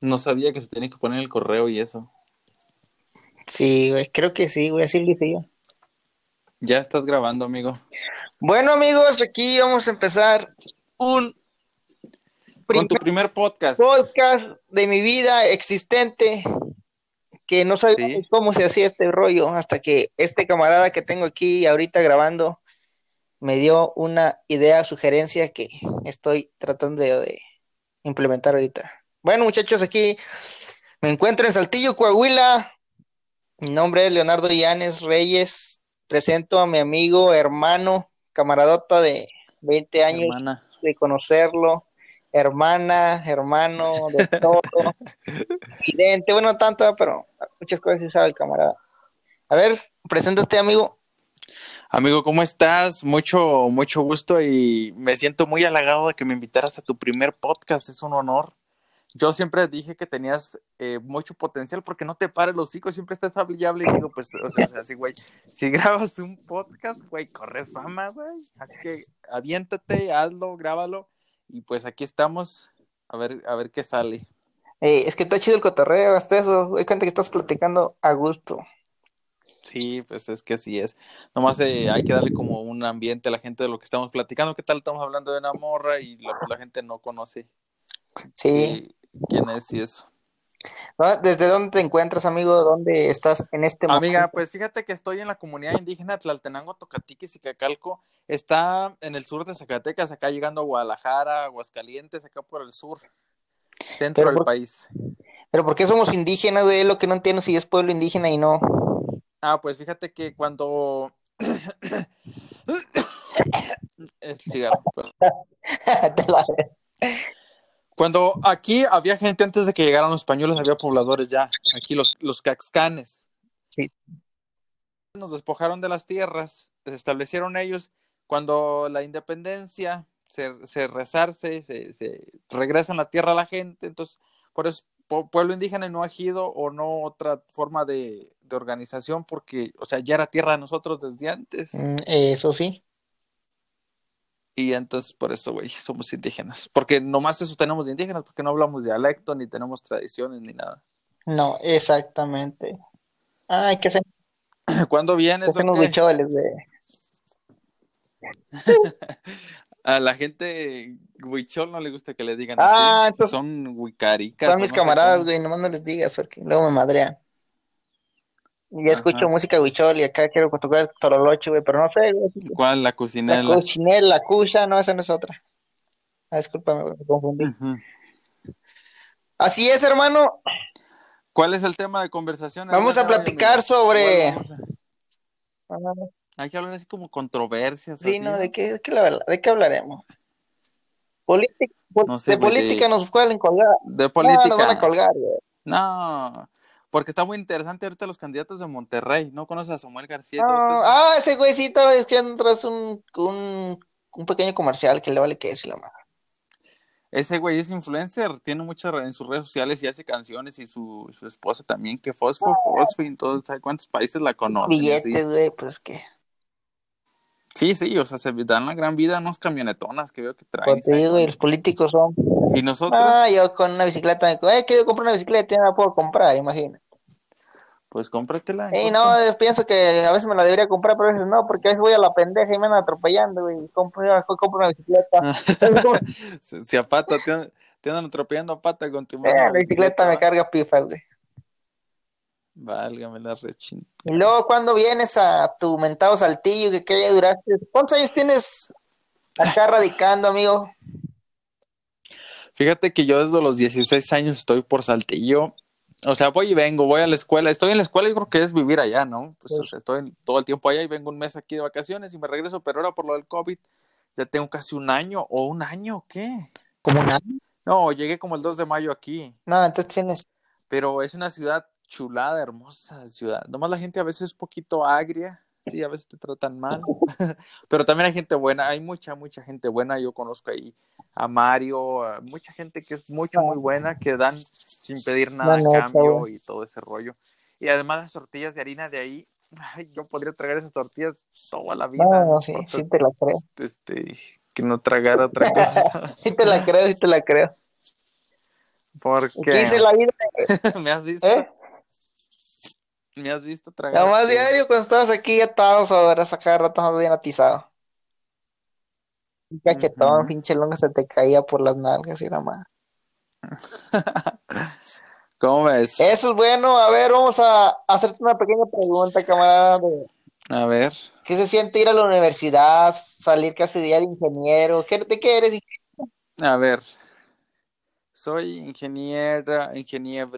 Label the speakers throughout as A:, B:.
A: No sabía que se tenía que poner el correo y eso.
B: Sí, güey, creo que sí, güey, así lo hice yo.
A: Ya estás grabando, amigo.
B: Bueno, amigos, aquí vamos a empezar un
A: Con tu
B: primer
A: primer podcast.
B: podcast de mi vida existente que no sabía
A: Sí.
B: cómo se hacía este rollo hasta que este camarada que tengo aquí ahorita grabando me dio una idea, sugerencia que estoy tratando de, de implementar ahorita. Bueno, muchachos, aquí me encuentro en Saltillo, Coahuila. Mi nombre es Leonardo Llanes Reyes. Presento a mi amigo, hermano, camaradota de 20 años
A: Hermana.
B: de conocerlo, hermana, hermano, de todo, vidente, bueno, no tanto, pero muchas cosas sí sabe el camarada. A ver, preséntate, amigo.
A: Amigo, ¿cómo estás? Mucho, mucho gusto y me siento muy halagado de que me invitaras a tu primer podcast. Es un honor. Yo siempre dije que tenías eh, mucho potencial porque no te pares los hijos, siempre estás hable y hable. Y digo, pues, o sea, o sea, sí, güey, si grabas un podcast, güey, corres fama, güey. Así que aviéntate, hazlo, grábalo. Y pues aquí estamos a ver, a ver qué sale.
B: Eh, es que está chido el cotorreo, hasta eso, hay cuenta que estás platicando a gusto.
A: Sí, pues es que así es. Nomás eh, hay que darle como un ambiente a la gente de lo que estamos platicando. ¿Qué tal? Estamos hablando de una morra y la, la gente no conoce
B: Sí.
A: eh, quién es y eso.
B: ¿No? ¿Desde dónde te encuentras, amigo? ¿Dónde estás en este momento?
A: Amiga, pues fíjate que estoy en la comunidad indígena Tlaltenango, Tocatiquis y Cacalco. Está en el sur de Zacatecas, acá llegando a Guadalajara, Aguascalientes, acá por el sur, centro
B: Pero
A: del
B: por-
A: país.
B: Pero ¿por qué somos indígenas, güey? Es Lo que no entiendo si es pueblo indígena y no.
A: Ah, pues fíjate que cuando... El cigarro, perdón.
B: Te la-
A: Cuando aquí había gente antes de que llegaran los españoles, había pobladores ya, aquí los, los caxcanes.
B: Sí.
A: Nos despojaron de las tierras, se establecieron ellos. Cuando la independencia se, se resarce, se, se regresa en la tierra a la gente, entonces por eso po- pueblo indígena y no ajido o no otra forma de, de organización, porque, o sea, ya era tierra de nosotros desde antes.
B: Mm, Eso sí.
A: Y entonces por eso, güey, somos indígenas. Porque nomás eso tenemos de indígenas, porque no hablamos dialecto, ni tenemos tradiciones, ni nada.
B: No, exactamente. Ay, que se
A: ¿Cuándo vienes?
B: hacen
A: o
B: los
A: qué?
B: bicholes, güey.
A: A la gente huichol no le gusta que le digan
B: Ah,
A: así.
B: entonces-
A: Son huicaricas.
B: Son
A: o
B: mis
A: no sé
B: camaradas,
A: cómo.
B: güey, nomás no les digas porque luego me madrean. Y ya escucho
A: Ajá.
B: música huichol y acá quiero tocar Toroloche, güey, pero no sé, güey. pues,
A: ¿Cuál? La
B: La
A: cocinela.
B: cochinela, la cucha, no, esa no es otra. Ah, discúlpame, güey, me confundí.
A: Ujú.
B: Así es, hermano.
A: ¿Cuál es el tema de conversación?
B: Vamos
A: el día
B: a
A: de hoy,
B: platicar
A: amigo?
B: sobre-
A: ¿Cuál vamos a- Hay que hablar así como controversias.
B: Ah, Sí,
A: así,
B: no, ¿de qué, de qué la- de qué hablaremos? Política, pol-
A: No sé,
B: de
A: güey, de-
B: política nos pueden colgar.
A: De
B: No,
A: política.
B: nos van a colgar, güey.
A: No, porque está muy interesante ahorita los candidatos de Monterrey. ¿No conoces a Samuel García? y
B: No,
A: todos esos?
B: ah, ese güey sí estaba escribiendo atrás un, un, un pequeño comercial que le vale que es la
A: Ah,
B: madre.
A: Ese güey es influencer, tiene muchas re- en sus redes sociales y hace canciones y su, su esposa también, que Fosfo, Fosfo, y en todos, ¿sabe cuántos países la conocen? y así.
B: Billetes, güey, pues es que.
A: Sí, sí, o sea, se dan la gran vida a unos camionetonas que veo que traen.
B: Como Pues te digo, y los políticos son.
A: Y nosotros,
B: Ah, yo con una bicicleta me digo, eh, quiero comprar una bicicleta, ya no la puedo comprar, imagina.
A: pues cómpratela. en
B: Y
A: corto.
B: no, pues. yo pienso que a veces me la debería comprar, pero a veces no, porque a veces voy a la pendeja y me andan atropellando, güey. Compro, yo mejor compro una bicicleta.
A: Si, si a pata, te, an- te andan atropellando a pata con tu
B: Eh, la bicicleta me carga pifas, güey.
A: Válgame la rechina.
B: Y luego, cuando vienes a tu mentado saltillo, que, que ya duraste, ¿cuántos años tienes acá radicando, amigo?
A: Fíjate que yo desde los 16 años estoy por Saltillo. O sea, voy y vengo, voy a la escuela. Estoy en la escuela y creo que es vivir allá, ¿no? Pues, o
B: Pues-
A: sea, estoy todo el tiempo allá y vengo un mes aquí de vacaciones y me regreso, pero ahora por lo del COVID ya tengo casi un año o un año, ¿qué?
B: Como nada.
A: No, llegué como el 2 de mayo aquí,
B: No, entonces tienes.
A: pero es una ciudad chulada, hermosa ciudad. Nomás la gente a veces es poquito agria, sí, a veces te tratan mal, pero también hay gente buena, hay mucha, mucha gente buena. Yo conozco ahí a Mario, a mucha gente que es mucho, muy buena, que dan sin pedir nada
B: No, no,
A: a cambio
B: cabrón.
A: y todo ese rollo. Y además las tortillas de harina de ahí, ay, yo podría tragar esas tortillas toda la vida.
B: No, pues, no, sí,
A: importa,
B: sí te la creo.
A: este, que no tragara otra cosa.
B: Sí te la creo, sí te la creo. ¿eh? ¿Qué
A: Porque
B: hice la vida?
A: me has visto,
B: ¿Eh?
A: me has visto tragar.
B: Nada más
A: aquí.
B: diario cuando estabas aquí atados ahora sacar ratas bien atizado. Un cachetón,
A: Ujú.
B: pinche longa se te caía por las nalgas y la madre.
A: ¿Cómo ves?
B: Eso es bueno. A ver, vamos a hacerte una pequeña pregunta, camarada. de
A: A ver.
B: ¿Qué se siente ir a la universidad, salir casi diario ingeniero? ¿Qué, ¿De qué eres?
A: A ver, soy ingeniera, ingeniero.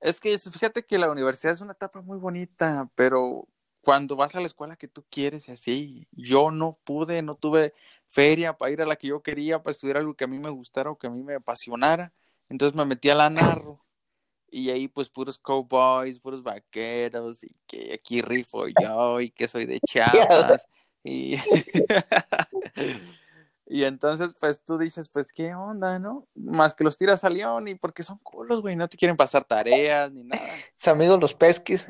A: Es que es- fíjate que la universidad es una etapa muy bonita, pero cuando vas a la escuela que tú quieres y así, yo no pude, no tuve feria para ir a la que yo quería, para estudiar algo que a mí me gustara o que a mí me apasionara. Entonces me metí a la narro y ahí pues puros cowboys, puros vaqueros y que aquí rifo yo y que soy de Chiapas y... Y entonces, pues tú dices, pues qué onda, ¿no? Más que los tiras al león y porque son culos, güey, no te quieren pasar tareas ni nada.
B: Tus amigos los pesquis.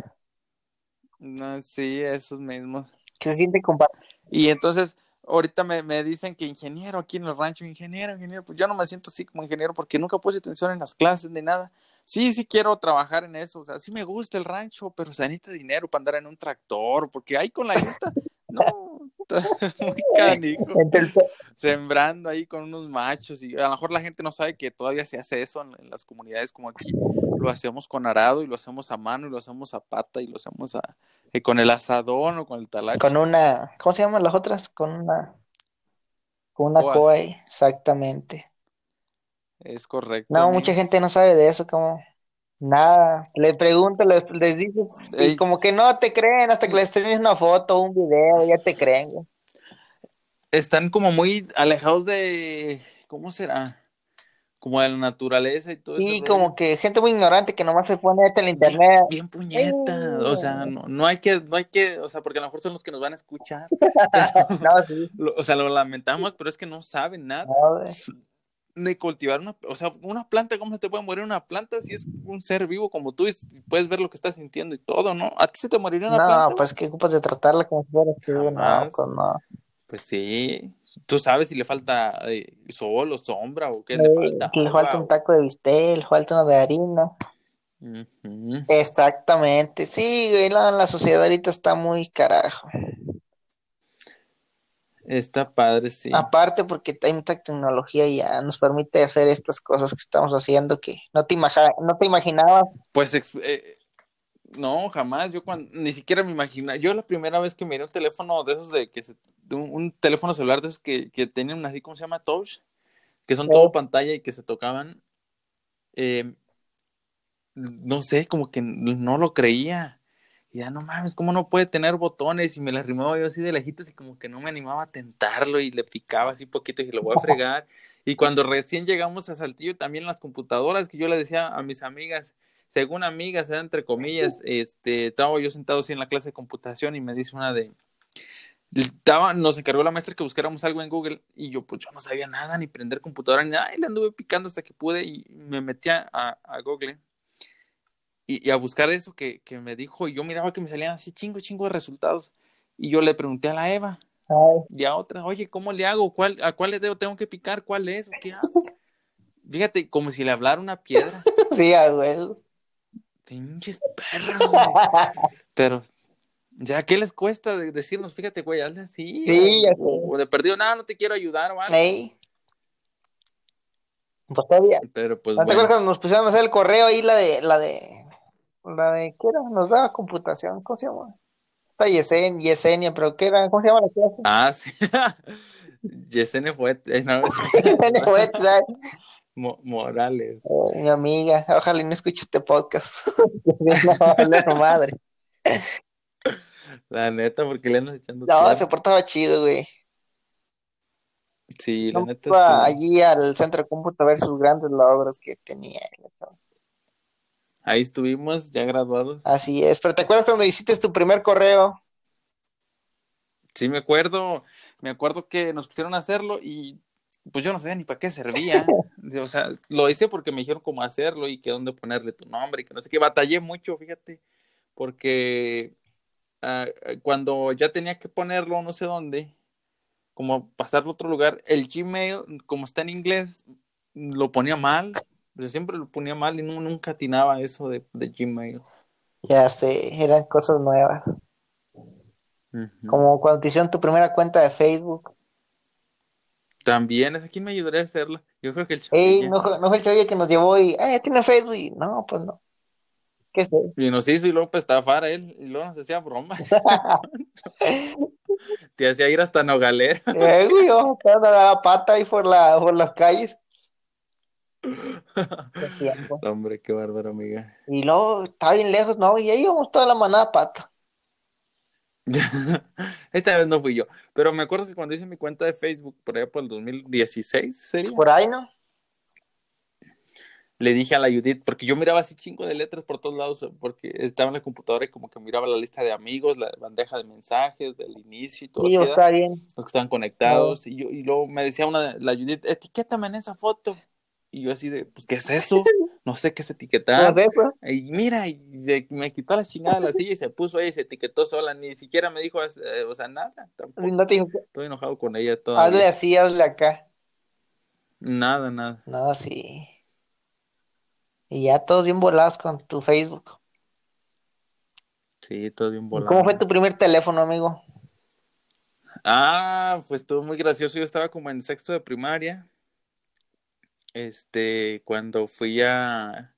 A: No, sí, esos mismos.
B: ¿Qué se siente compartir?
A: Y entonces, ahorita me, me dicen que ingeniero aquí en el rancho, ingeniero, ingeniero, pues yo no me siento así como ingeniero porque nunca puse atención en las clases ni nada. Sí, sí quiero trabajar en eso, o sea, sí me gusta el rancho, pero se necesita dinero para andar en un tractor, porque ahí con la ayuda, no, está muy canijo.
B: Entre el, pe-
A: sembrando ahí con unos machos y a lo mejor la gente no sabe que todavía se hace eso en, en las comunidades como aquí lo hacemos con arado y lo hacemos a mano y lo hacemos a pata y lo hacemos a, eh, con el asadón o con el talacho
B: con una, ¿cómo se llaman las otras? Con una, con una
A: Coa,
B: coa, ahí, exactamente.
A: es correcto
B: No, mucha
A: amigo
B: gente no sabe de eso, como nada. Le preguntas, les, les dices, y
A: Ey,
B: como que no te creen hasta que les tienes una foto, un video, ya te creen. güey.
A: están como muy alejados de ¿cómo será? como de la naturaleza y todo ese
B: Y
A: rollo
B: como que gente muy ignorante que nomás se pone esto en el
A: bien,
B: internet.
A: bien puñetas, o sea,
B: Eh,
A: no, no hay que, no hay que, o sea, porque a lo mejor son los que nos van a escuchar, pero,
B: No, sí,
A: lo- o sea, lo lamentamos, pero es que no saben nada.
B: no, güey.
A: de cultivar una, o sea, una planta, ¿cómo se te puede morir una planta si es un ser vivo como tú y s- puedes ver lo que estás sintiendo y todo, ¿no? ¿A ti se te moriría una planta?
B: No,
A: güey?
B: pues que ocupas de tratarla como si fuera tú, no,
A: Jamás.
B: pues no.
A: Pues sí. Tú sabes si le falta eh, sol o sombra o qué le
B: Eh,
A: falta
B: que le falta
A: agua
B: un
A: o...
B: taco de bistec, le falta uno de harina.
A: Ujú.
B: Exactamente, sí, güey, no, la sociedad ahorita está muy carajo.
A: Está padre,
B: Ah,
A: sí.
B: Aparte porque hay mucha tecnología y ya nos permite hacer estas cosas que estamos haciendo que no te imaja- no te imaginabas.
A: Pues ex- eh, no, jamás. Yo cuando, ni siquiera me imaginaba. Yo la primera vez que miré un teléfono de esos de que se- de un, un teléfono celular de esos que, que tenían así, ¿cómo se llama? Touch, que son todo
B: eh,
A: pantalla y que se tocaban. eh, no sé, como que n- no lo creía. Y ya no mames, ¿cómo no puede tener botones? Y me la arrimaba yo así de lejitos y como que no me animaba a tentarlo y le picaba así poquito y dije, lo voy a fregar. Y cuando recién llegamos a Saltillo, también las computadoras que yo le decía a mis amigas, según amigas, eran entre comillas, este, estaba yo sentado así en la clase de computación y me dice una de, estaba, nos encargó la maestra que buscáramos algo en Google y yo pues yo no sabía nada, ni prender computadora, ni nada, y le anduve picando hasta que pude y me metí a, a a Google y, y a buscar eso que, que me dijo, y yo miraba que me salían así chingo, chingo de resultados. Y yo le pregunté a la Eva
B: ay,
A: y a otra, oye, ¿cómo le hago? ¿Cuál, ¿A cuál le debo? ¿Tengo que picar? ¿Cuál es? ¿O qué hago? Fíjate, como si le hablara una piedra.
B: sí, ah, güey.
A: Pinches perras, güey. Pero, ya, ¿qué les cuesta de- decirnos? Fíjate, güey, hazle así, o,
B: Sí, ya
A: o- o de perdido, nada, no te quiero ayudar o
B: sé.
A: algo.
B: Ey, pues todavía.
A: Pero, pues,
B: ¿No te acuerdas
A: bueno.
B: cuando nos pusieron a hacer el correo ahí la de la de la de qué era? Nos daba computación, ¿cómo se llama? Está Yesen, Yesenia, pero qué era? ¿Cómo se llama la clase?
A: Ah, sí. Yesenia fue, eh, no, es-
B: Yesenia Huet, ¿sabes?
A: Mo- Morales.
B: Eh, mi amiga, ojalá y no escuche este podcast. No, vale, no, madre.
A: La neta, porque le andas echando
B: No, se
A: tierra.
B: portaba chido, güey.
A: Sí, la
B: No
A: neta
B: iba
A: sí.
B: allí al centro de cómputo a ver sus grandes logros que tenía. ¿no?
A: Ahí estuvimos, ya graduados.
B: Así es, pero ¿te acuerdas cuando hiciste tu primer correo?
A: Sí, me acuerdo, me acuerdo que nos pusieron a hacerlo y pues yo no sabía ni para qué servía. O sea, lo hice porque me dijeron cómo hacerlo y que dónde ponerle tu nombre y que no sé qué. Batallé mucho, fíjate, porque ah, cuando ya tenía que ponerlo no sé dónde, como pasarlo a otro lugar, el Gmail, como está en inglés, lo ponía mal. Pues siempre lo ponía mal y no- nunca atinaba eso de, de Gmail.
B: Ya sé, eran cosas nuevas.
A: Ujú.
B: Como cuando te hicieron tu primera cuenta de Facebook.
A: También, ¿esa ¿quién me ayudaría a hacerla? Yo creo que el
B: Ey,
A: Chavilla.
B: no, fue- no fue el chavillo que nos llevó y, eh, tiene Facebook. Y, no, pues no. ¿Qué sé?
A: Y nos hizo y luego pues estafar a él y luego nos hacía bromas. Te hacía ir hasta Nogalera.
B: Eh, güey, yo andando a la pata ahí por, la, por las calles. Qué tiempo.
A: No, Hombre, qué bárbaro, amiga.
B: Y luego estaba bien lejos, ¿no? Y ahí íbamos toda la manada a pata.
A: Esta vez no fui yo, pero me acuerdo que cuando hice mi cuenta de Facebook por allá por el 2016, sería,
B: Por ahí, ¿no?
A: le dije a la Judith, porque yo miraba así chingo de letras por todos lados, porque estaba en la computadora y como que miraba la lista de amigos, la bandeja de mensajes, del inicio y todo.
B: Sí,
A: así,
B: yo
A: ¿verdad?
B: estaba bien.
A: los que estaban conectados, y, yo, y luego me decía una, la Judith, etiquétame en esa foto. Y yo así de, pues, ¿qué es eso? No sé qué es etiquetar.
B: Pues eso.
A: Y mira, y se- me quitó la chingada de la silla y se puso ahí y se etiquetó sola, ni siquiera me dijo, eh, o sea, nada,
B: Y
A: tampoco.
B: No te dijo,
A: Estoy enojado con ella todavía.
B: hazle así, hazle acá.
A: Nada, nada.
B: No, sí. Y ya todos bien volados con tu Facebook.
A: Sí, todo bien volado.
B: ¿Cómo fue tu primer teléfono, amigo?
A: Ah, pues estuvo muy gracioso. Yo estaba como en sexto de primaria. Este, cuando fui a.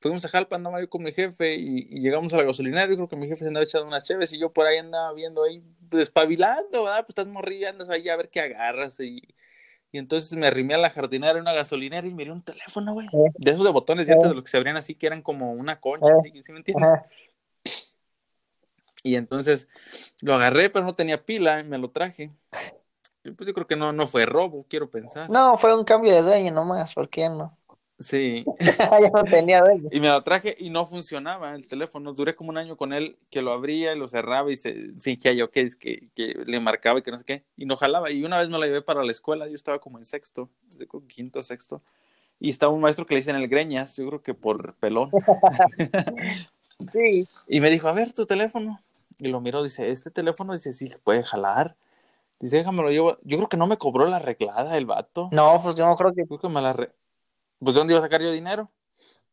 A: Fuimos a Jalpa, andaba yo con mi jefe y, y llegamos a la gasolinera. Yo creo que mi jefe se andaba echando unas cheves y yo por ahí andaba viendo ahí, despabilando, ¿verdad? Pues estás morrilla, andas ahí a ver qué agarras. Y, y entonces me arrimé a la jardinera en una gasolinera y miré un teléfono, güey.
B: Eh.
A: De esos de botones,
B: Eh.
A: ¿cierto? De los que se abrían así, que eran como una concha,
B: Eh.
A: así, ¿sí me entiendes?
B: Ajá.
A: Y entonces lo agarré, pero no tenía pila, y me lo traje. Yo, Pues yo creo que no, no fue robo, quiero pensar.
B: No, fue un cambio de dueño nomás, porque ya no.
A: Sí.
B: ya no tenía dueño.
A: Y me lo traje y no funcionaba el teléfono. Duré como un año con él que lo abría y lo cerraba y se fingía yo que, es que, que le marcaba y que no sé qué. Y no jalaba. Y una vez me la llevé para la escuela. Yo estaba como en sexto, yo creo que quinto, sexto. Y estaba un maestro que le dicen el greñas, yo creo que por pelón.
B: Sí.
A: Y me dijo, a ver tu teléfono. Y lo miró, dice, este teléfono, dice, sí, puede jalar. Dice, déjamelo llevo. Yo creo que no me cobró la arreglada el vato.
B: No, pues yo no creo que
A: Creo que me la re... Pues ¿de dónde iba a sacar yo dinero?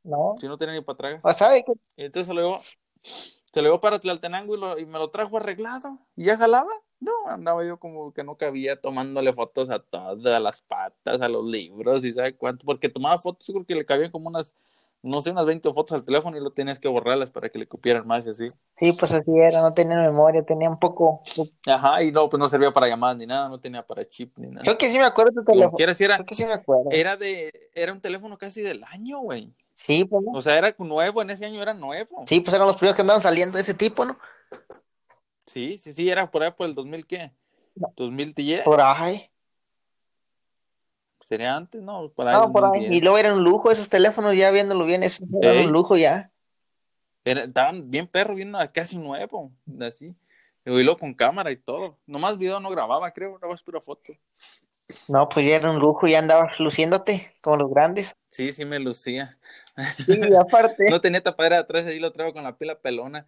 B: no.
A: Si no tenía ni para tragar.
B: O sabe que
A: Entonces se lo llevó, se lo llevó para Tlaltenango y, lo- y me lo trajo arreglado. ¿Y ya jalaba? No, andaba yo como que no cabía tomándole fotos a todas a las patas, a los libros y sabe cuánto. Porque tomaba fotos, yo creo que le cabían como unas, no sé, unas 20 fotos al teléfono y lo tenías que borrarlas para que le cupieran más y así.
B: sí, pues así era, no tenía memoria, tenía un poco.
A: Ajá, y no, pues no servía para llamadas ni nada, no tenía para chip ni nada.
B: Creo que sí me acuerdo tu
A: Como Eh,
B: teléfono.
A: quieras, era,
B: Creo que sí me acuerdo.
A: era de, era un teléfono casi del año, güey.
B: Sí, pues ¿no?
A: O sea, era nuevo, en ese año era nuevo.
B: Sí, pues eran los primeros que andaban saliendo de ese tipo, ¿no?
A: Sí, sí, sí, era por ahí por el 2000, ¿qué?
B: No.
A: 2010.
B: Por ahí.
A: Sería antes, ¿no? Por ahí
B: No, por ahí. Y
A: 2010.
B: luego era un lujo esos teléfonos, ya viéndolo bien, eso era
A: Ey.
B: un lujo ya.
A: Era- estaban bien perro, bien ah, casi nuevo, así. Y luego con cámara y todo. Nomás video no grababa, creo, grababa pura foto.
B: No, pues ya era un lujo, ya andabas luciéndote como los grandes.
A: Sí, sí me lucía.
B: Sí, aparte.
A: No tenía tapadera de atrás, ahí lo traigo con la pila pelona.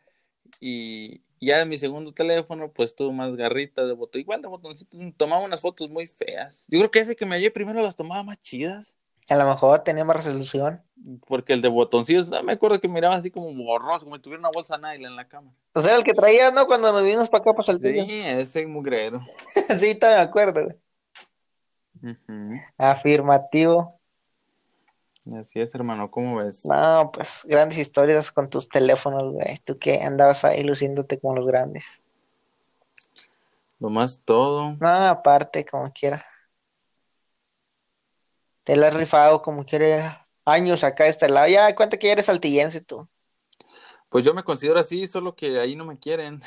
A: Y ya en mi segundo teléfono, pues tuvo más garritas de botón. Igual de botoncitos, tomaba unas fotos muy feas. Yo creo que ese que me hallé primero las tomaba más chidas.
B: A lo mejor tenía más resolución.
A: Porque el de botoncillos, ah, me acuerdo que miraba así como borroso, como si tuviera una bolsa nylon en la cámara.
B: O sea, el que traía, ¿no? Cuando nos vinimos para acá, para Saltillo.
A: Sí, ese mugrero.
B: Sí, todavía me acuerdo. güey.
A: Ujú.
B: Afirmativo.
A: Así es, hermano, ¿cómo ves?
B: No, pues grandes historias con tus teléfonos, güey. Tú que andabas ahí luciéndote como los grandes.
A: Lo más todo.
B: No, aparte, como quiera. Te la has rifado como quiera. Años acá de este lado. Ya, cuenta que ya eres saltillense tú.
A: Pues yo me considero así, solo que ahí no me quieren.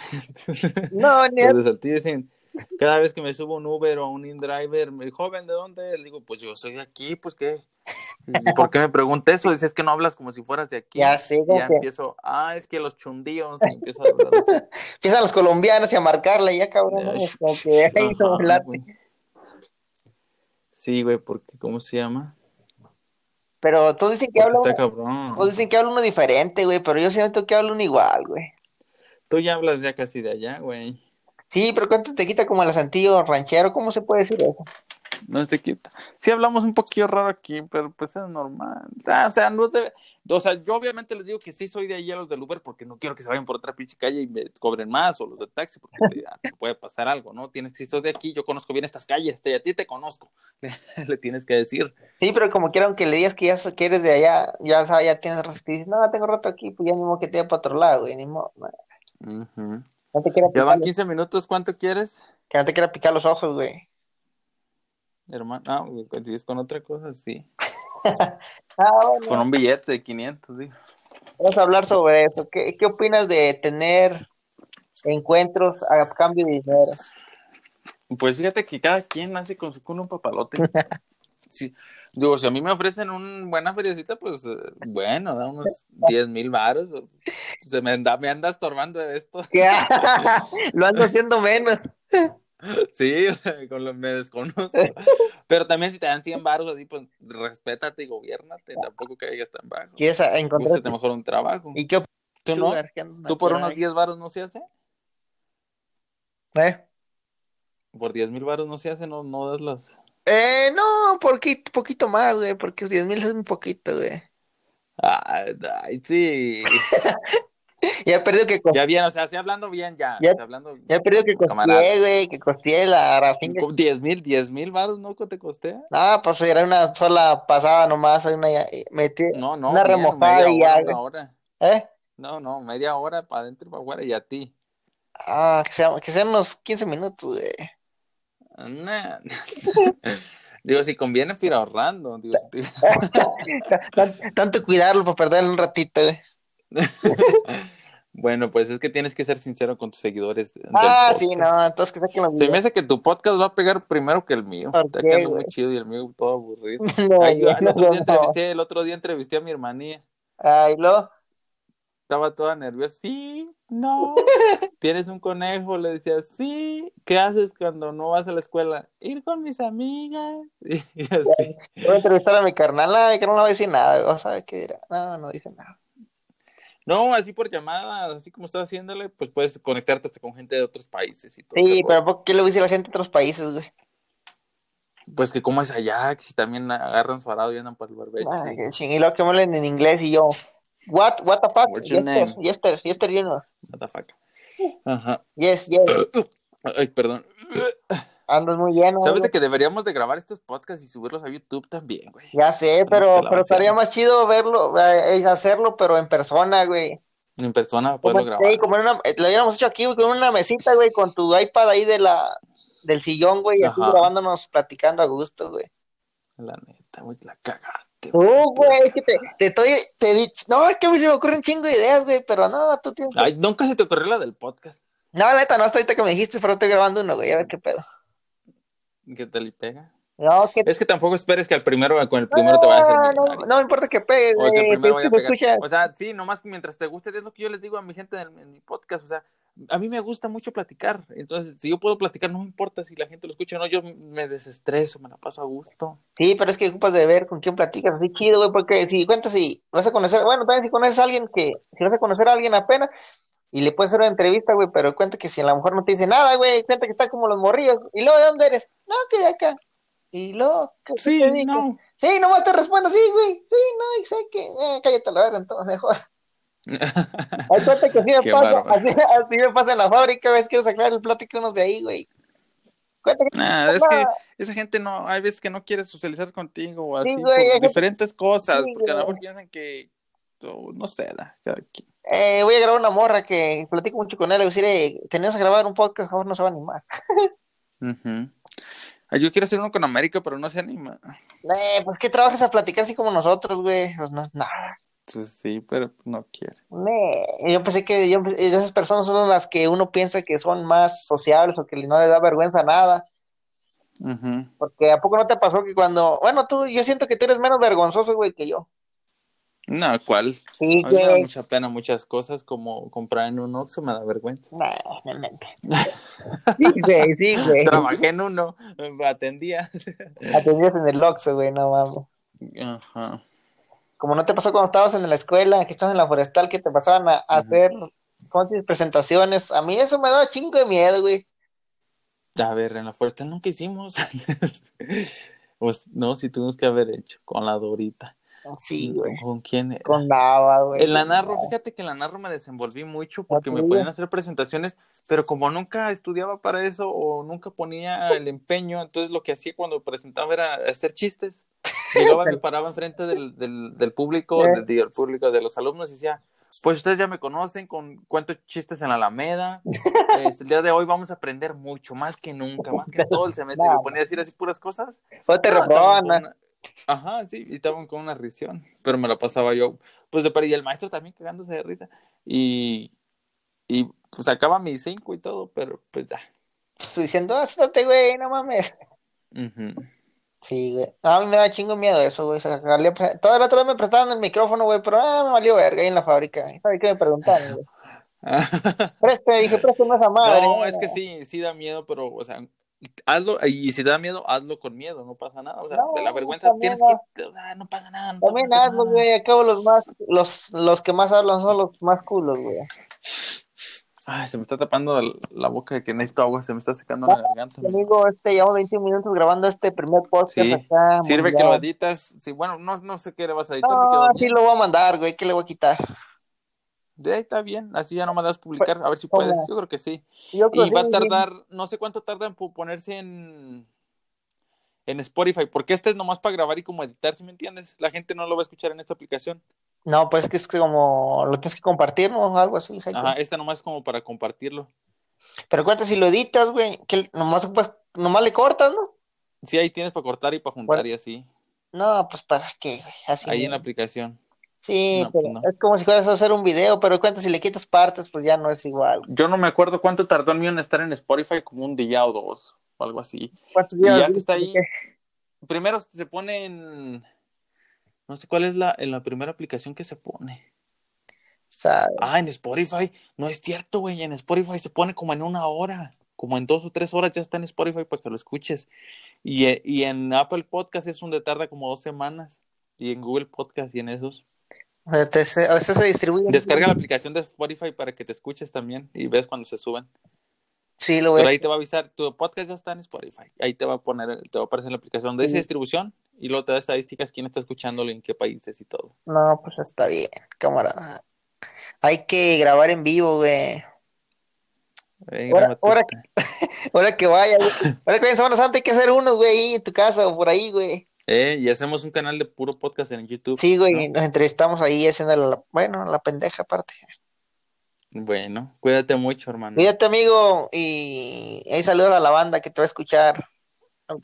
B: No, ni
A: Los de Saltillo dicen, cada vez que me subo a un Uber o a un InDriver, me joven, ¿de dónde? eres?" Le digo, pues yo soy de aquí, pues qué. "¿Y ¿Por qué me preguntas eso? Dices que no hablas como si fueras de aquí.
B: Ya sé,
A: Y ya
B: como que-
A: empiezo, ah, es que los chundíos, y empiezo a hablar así.
B: empiezan los colombianos y a marcarle. Ya, cabrón, no,
A: Ay,
B: Es como que ay, no,
A: ajá,
B: late.
A: güey. Sí, güey, porque ¿cómo se llama?
B: Pero todos dicen que
A: Porque
B: habla
A: está
B: uno,
A: cabrón.
B: todos dicen que habla uno diferente, güey. Pero yo siento que habla uno igual, güey.
A: Tú ya hablas ya casi de allá, güey.
B: Sí, pero ¿cuánto te quita como el asantillo ranchero? ¿Cómo se puede decir eso?
A: no se quita. Sí hablamos un poquillo raro aquí, pero pues es normal. Ah, o sea, no debe- o sea, yo obviamente les digo que sí soy de ahí a los del Uber porque no quiero que se vayan por otra pinche calle y me cobren más o los del taxi porque te, ah, te puede pasar algo, ¿no? Tienes que si soy de aquí, yo conozco bien estas calles, te- a ti te conozco. Le, le tienes que decir.
B: Sí, pero como quiera, aunque le digas que ya so- que eres de allá, ya sabes, ya tienes rato, te dices, no, tengo rato aquí, pues ya ni modo que te vaya para otro lado, güey, ni modo, no,
A: Ujú.
B: no te quiero
A: Ya
B: picar,
A: van
B: los-
A: 15 minutos, ¿cuánto quieres?
B: que no te quiera picar los ojos, güey.
A: Hermano, ah, güey, si es con otra cosa, sí.
B: Ah,
A: Con
B: bueno,
A: un billete de 500, digo.
B: vamos a hablar sobre eso. ¿Qué, qué opinas de tener encuentros a cambio de dinero?
A: Pues fíjate que cada quien hace con su culo un papalote. Sí. Digo, si a mí me ofrecen una buena feriecita, pues eh, bueno, da unos 10 mil varos. o- Se me anda, me anda estorbando de esto.
B: ¿Qué? Lo ando haciendo menos.
A: Sí, o sea, con lo- me desconozco. Pero también si te dan 100 varos así, pues respétate y gobiernate. Tampoco caigas tan bajo.
B: ¿Quieres a- encontrar?
A: Búscate mejor un trabajo.
B: ¿Y qué opinas,
A: ¿Tú no?
B: Sugar? ¿Qué andas
A: ¿Tú por
B: por
A: unos
B: ahí?
A: 10 varos no se hace?
B: ¿Eh?
A: ¿Por 10 mil varos no se hace? No, no das las...
B: Eh, no, poquito, poquito más, güey, porque 10 mil es muy poquito, güey.
A: Ay, ay, sí.
B: Ya perdió que cos-
A: Ya bien, o sea, sí hablando bien ya.
B: Ya-
A: o sea, hablando
B: ya perdió que
A: camarada.
B: costeé, güey, que costeé la racinga.
A: Con 10 mil, 10 mil varos, ¿no? ¿Te costea?
B: No, pues era una sola pasada nomás, una ya- eh, metí
A: No, no,
B: una
A: bien,
B: remojada
A: media
B: y
A: hora,
B: ya,
A: una
B: güey.
A: hora.
B: ¿Eh?
A: No, no, media hora para adentro y para afuera y a ti.
B: Ah, que sean, que sean unos 15 minutos, güey.
A: Nah. Digo, si conviene pues, ir ahorrando. Digo, si te-
B: Tan- Tanto cuidarlo para perderlo un ratito, güey.
A: Bueno, pues es que tienes que ser sincero con tus seguidores del
B: Ah, sí,
A: podcast.
B: no, entonces que saquen los
A: pues, Se me
B: videos.
A: hace que tu podcast va a pegar primero que el mío.
B: ¿Por
A: Está
B: qué,
A: quedando
B: güey?
A: muy chido y el mío todo aburrido.
B: No,
A: Ay, yo-
B: güey,
A: el
B: no,
A: otro día
B: por favor.
A: entrevisté, el otro día entrevisté a mi hermanía.
B: Ay, lo.
A: Estaba toda nerviosa. Sí, no. ¿Tienes un conejo? Le decía, sí. ¿Qué haces cuando no vas a la escuela? Ir con mis amigas. Y, así.
B: Voy a entrevistar a mi carnal, ah, mi carnal no va a decir nada, güey, vas a ver qué dirá. No, no dice nada.
A: No, así por llamadas, así como estás haciéndole, pues puedes conectarte hasta con gente de otros países y todo ese
B: Sí, pero
A: rollo.
B: ¿por qué le dice la gente de otros países, güey?
A: Pues que cómo es allá, que si también agarran su arado y andan para el barbecho.
B: Ah,
A: y
B: qué
A: eso.
B: ching- y luego que me hablen en inglés y yo, what, what the fuck,
A: What's your
B: Yester,
A: name?
B: Yester, Yester Junior,
A: What the fuck. Ajá.
B: yes, yes,
A: Ay, perdón.
B: andas muy lleno,
A: Sabes
B: güey.
A: de que deberíamos de grabar estos podcasts y subirlos a YouTube también, güey.
B: Ya sé,
A: Nos
B: pero,
A: pelaba
B: pero estaría
A: haciendo.
B: más chido verlo, eh, hacerlo, pero en persona, güey.
A: En persona para
B: Como,
A: poderlo
B: sí,
A: grabar.
B: como en una, eh, lo hubiéramos hecho aquí, güey, con una mesita, güey, con tu iPad ahí de la, del sillón, güey, así
A: Ajá.
B: grabándonos, platicando a gusto, güey.
A: La neta, güey, la cagaste,
B: No,
A: güey. La
B: güey, es que te,
A: cagaste.
B: te estoy, te di, no, es que a mí se me ocurren un chingo de ideas, güey, pero no, tú tienes que,
A: Ay, nunca se te ocurrió la del podcast.
B: no, la neta, no, hasta ahorita que me dijiste, pero estoy grabando uno, güey, a ver qué pedo.
A: Que te le pega.
B: No, que
A: Es que tampoco esperes que al primero, con el Eh, primero te vaya a hacer
B: No, no,
A: millonario.
B: no me importa que pegue,
A: O que el
B: güey.
A: primero
B: Tú
A: vaya
B: que
A: a
B: me
A: pegar.
B: escuchas.
A: O sea, sí, nomás que mientras te guste, es lo que yo les digo a mi gente en, en mi podcast. O sea, a mí me gusta mucho platicar. Entonces, si yo puedo platicar, no me importa si la gente lo escucha o no. Yo me desestreso, me la paso a gusto.
B: Sí, pero es que ocupas de ver con quién platicas, así chido, güey, porque si cuentas si vas a conocer, bueno, también si conoces a alguien que, si vas a conocer a alguien apenas y le puedes hacer una entrevista, güey, pero cuenta que si a lo mejor no te dice nada, güey, cuenta que está como los morrillos. ¿Y luego de dónde eres? No, que de acá. ¿Y luego qué qué te
A: Sí,
B: dedicas?
A: no.
B: Sí, nomás te respondo, sí, güey, sí, no, y sé que, eh, cállate la verga, entonces mejor. Hay cuenta que así me
A: Qué
B: pasa,
A: bárbaro.
B: así, así me pasa en la fábrica, güey, es quiero sacar el plato que unos de ahí, güey. Cuenta que
A: Nah, es
B: no,
A: que esa gente no, hay veces que no quiere socializar contigo o
B: sí,
A: así
B: güey, hay
A: por
B: gente
A: diferentes cosas,
B: Sí,
A: porque a lo mejor
B: güey.
A: piensan que oh, no sé, da, cada quien.
B: Eh, voy a grabar una morra que platico mucho con él. Le voy a decir, eh, tenemos que grabar un podcast, ahora no se va a animar.
A: Ujú. Ay, Yo quiero hacer uno con América, pero no se anima.
B: Eh, pues que trabajas a platicar así como nosotros, güey. Pues no, no.
A: Entonces, sí, pero no quiere.
B: Ne. Yo pensé que yo, esas personas son las que uno piensa que son más sociables o que no les da vergüenza nada.
A: Ujú.
B: Porque ¿a poco no te pasó que cuando, bueno, tú, yo siento que tú eres menos vergonzoso, güey, que yo.
A: No, ¿cuál?
B: Sí,
A: A mí me da
B: güey.
A: mucha pena muchas cosas, como comprar en un Oxxo me da vergüenza.
B: Nah, nah, nah, nah. Sí, güey, sí, güey.
A: Trabajé en uno, me atendía.
B: Atendías en el Oxxo, güey, no mames.
A: Ajá.
B: Como no te pasó cuando estabas en la escuela, que estabas en la forestal, que te pasaban a, a
A: Ujú.
B: hacer ¿cómo se dice? presentaciones. A mí eso me da chingo de miedo, güey.
A: A ver, en la fuerza nunca hicimos. pues no, si tuvimos que haber hecho con la Dorita.
B: Sí, güey.
A: ¿Con quién era?
B: Con Lava, güey.
A: En la narro, fíjate que en la narro me desenvolví mucho porque me
B: tuya.
A: podían hacer presentaciones, pero como nunca estudiaba para eso o nunca ponía el empeño, entonces lo que hacía cuando presentaba era hacer chistes. Llegaba, me paraba enfrente del, del, del público,
B: Ya.
A: del, digo, el público, de los alumnos y decía, pues ustedes ya me conocen, con cuántos chistes en la Alameda. Este, el día de hoy vamos a aprender mucho, más que nunca, más que en todo el semestre. Y me ponía a decir así puras cosas
B: Fue te
A: Ah, estaban
B: robó,
A: con una- Ajá, sí, y estaban con una risión, pero me la pasaba yo, pues de par- y el maestro también cagándose de risa, y, y pues sacaba mis cinco y todo, pero pues ya.
B: Diciendo, asótate, güey, no mames.
A: Ujú.
B: Sí, güey. No, a mí me da chingo miedo eso, güey. Sacarle... pues, Todo el otro día me prestaban el micrófono, güey, pero ah, me valió verga ahí en la fábrica. ¿Sabes qué me preguntaron, güey? Preste, dije, préstame esa madre.
A: No, es que sí, sí da miedo, pero, o sea, hazlo, y si da miedo, hazlo con miedo, no pasa nada, o sea,
B: No,
A: de la vergüenza
B: también
A: tienes que, o sea, no pasa nada, no te
B: También
A: van a hacer
B: hazlo,
A: nada.
B: güey. Acabo los más, los, los que más hablan son los más culos, güey.
A: Ay, se me está tapando la boca de que necesito agua, se me está secando
B: Ah,
A: la garganta. mira.
B: Amigo, este, llevamos 21 minutos grabando este primer podcast
A: Sí.
B: acá.
A: Sirve
B: mundial.
A: que lo editas, sí, bueno, no, no sé qué le vas a editar, si quedó
B: No,
A: bien.
B: sí lo voy a mandar, güey, que le voy a quitar.
A: De ahí está bien, así ya nomás das publicar, a ver si puedes.
B: Hola.
A: Yo creo que sí.
B: Pues, Yo creo
A: Y
B: que
A: va
B: sí,
A: a tardar, no sé cuánto tarda en pu- ponerse en, en Spotify, porque este es nomás para grabar y como editar, ¿sí me entiendes? La gente no lo va a escuchar en esta aplicación.
B: No, pues es que es como lo tienes que compartir, ¿no? Algo así, exacto.
A: Ajá, esta nomás es como para compartirlo.
B: Pero cuenta si lo editas, güey, que nomás, pues, nomás le cortas, ¿no?
A: Sí, ahí tienes para cortar y para juntar
B: Bueno.
A: y así,
B: No, pues para qué, güey, así.
A: ahí
B: no.
A: en la aplicación.
B: Sí,
A: No,
B: pero
A: pues, no.
B: es como si fueras a hacer un video, pero cuenta si le quitas partes, pues ya no es igual.
A: Yo no me acuerdo cuánto tardó el mío en estar en Spotify, como un día o dos, o algo así.
B: ¿Cuántos
A: Y ya
B: días
A: que está ahí,
B: viste?
A: primero se pone en... No sé cuál es la, en la primera aplicación que se pone.
B: ¿Sabes?
A: Ah, en Spotify. No es cierto, güey. En Spotify se pone como en una hora. Como en dos o tres horas ya está en Spotify para que lo escuches. Y, eh, y en Apple Podcast es donde tarda como dos semanas. Y en Google Podcast y en esos.
B: Entonces, a veces se distribuye.
A: Descarga la aplicación de Spotify para que te escuches también y ves cuando se suben.
B: Sí, lo voy a
A: Pero ahí te va a avisar, tu podcast ya está en Spotify. Ahí te va a poner, te va a aparecer la aplicación de
B: Sí.
A: esa distribución y luego te da estadísticas, quién está escuchándolo y en qué países y todo.
B: No, pues está bien, camarada. Hay que grabar en vivo, güey.
A: Eh,
B: Ahora-
A: grábate
B: ahora-
A: esta.
B: Ahora que vaya, güey. Ahora que vaya Semana Santa hay que hacer unos, güey, ahí en tu casa o por ahí, güey.
A: Eh, y hacemos un canal de puro podcast en YouTube.
B: Sí, güey,
A: ¿no?
B: nos entrevistamos ahí haciendo la, bueno, la pendeja aparte.
A: Bueno, cuídate mucho, hermano.
B: Cuídate, amigo, y ahí saludos a la banda que te va a escuchar.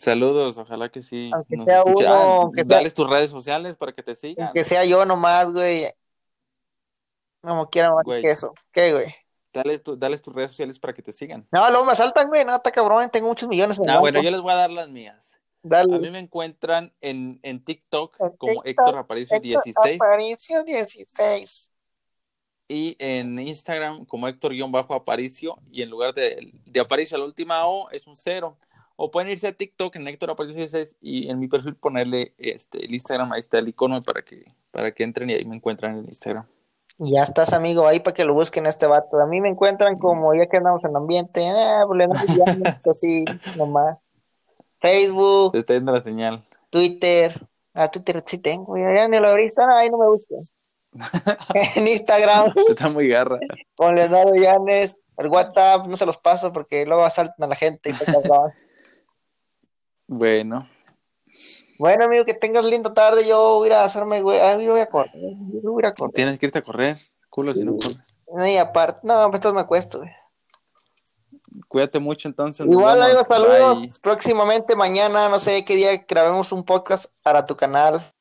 A: Saludos, ojalá que sí
B: Aunque
A: nos
B: sea
A: escuche.
B: uno,
A: Ah,
B: aunque sea-
A: dales tus redes sociales para que te sigan.
B: Aunque sea yo nomás, güey. Como quiera, más
A: Güey.
B: que eso. ¿Qué, güey?
A: Dale tu- dales tus redes sociales para que te sigan.
B: No, luego me asaltan, güey. No, está cabrón, tengo muchos millones en el
A: Ah, bueno,
B: banco.
A: yo les voy a dar las mías. A
B: Dale.
A: mí me encuentran en, en TikTok
B: En
A: como
B: TikTok,
A: Héctor Aparicio
B: Héctor
A: 16
B: Aparicio 16.
A: y en Instagram como Héctor-Aparicio y en lugar de, de Aparicio la última O es un cero. O pueden irse a TikTok en Héctor Aparicio 16 y en mi perfil ponerle este, el Instagram, ahí está el icono para que, para que entren y ahí me encuentran en Instagram.
B: Y Ya estás, amigo, ahí para que lo busquen a este vato. A mí me encuentran como ya que andamos en ambiente. Ah, pues le andamos guiando, pues, así nomás.
A: Te
B: Facebook,
A: está yendo la señal.
B: Twitter. Ah, Twitter sí tengo. Ya, ya ni lo abriste. Ah, ahí no me gusta. en Instagram,
A: Está muy garra.
B: con Leonardo Llanes. El WhatsApp, no se los paso porque luego asaltan a la gente y está cabrón.
A: Bueno,
B: Bueno, amigo, que tengas linda tarde. Yo voy a ir a hacerme, güey. Ah, yo voy a correr. Yo voy a ir a correr.
A: tienes que irte a correr, culo, si no corres.
B: No, y aparte, no, pues entonces me acuesto, güey.
A: Cuídate mucho entonces. nos
B: Igual,
A: vemos.
B: amigos, saludos.
A: Bye.
B: Próximamente, mañana, no sé qué día grabemos un podcast para tu canal.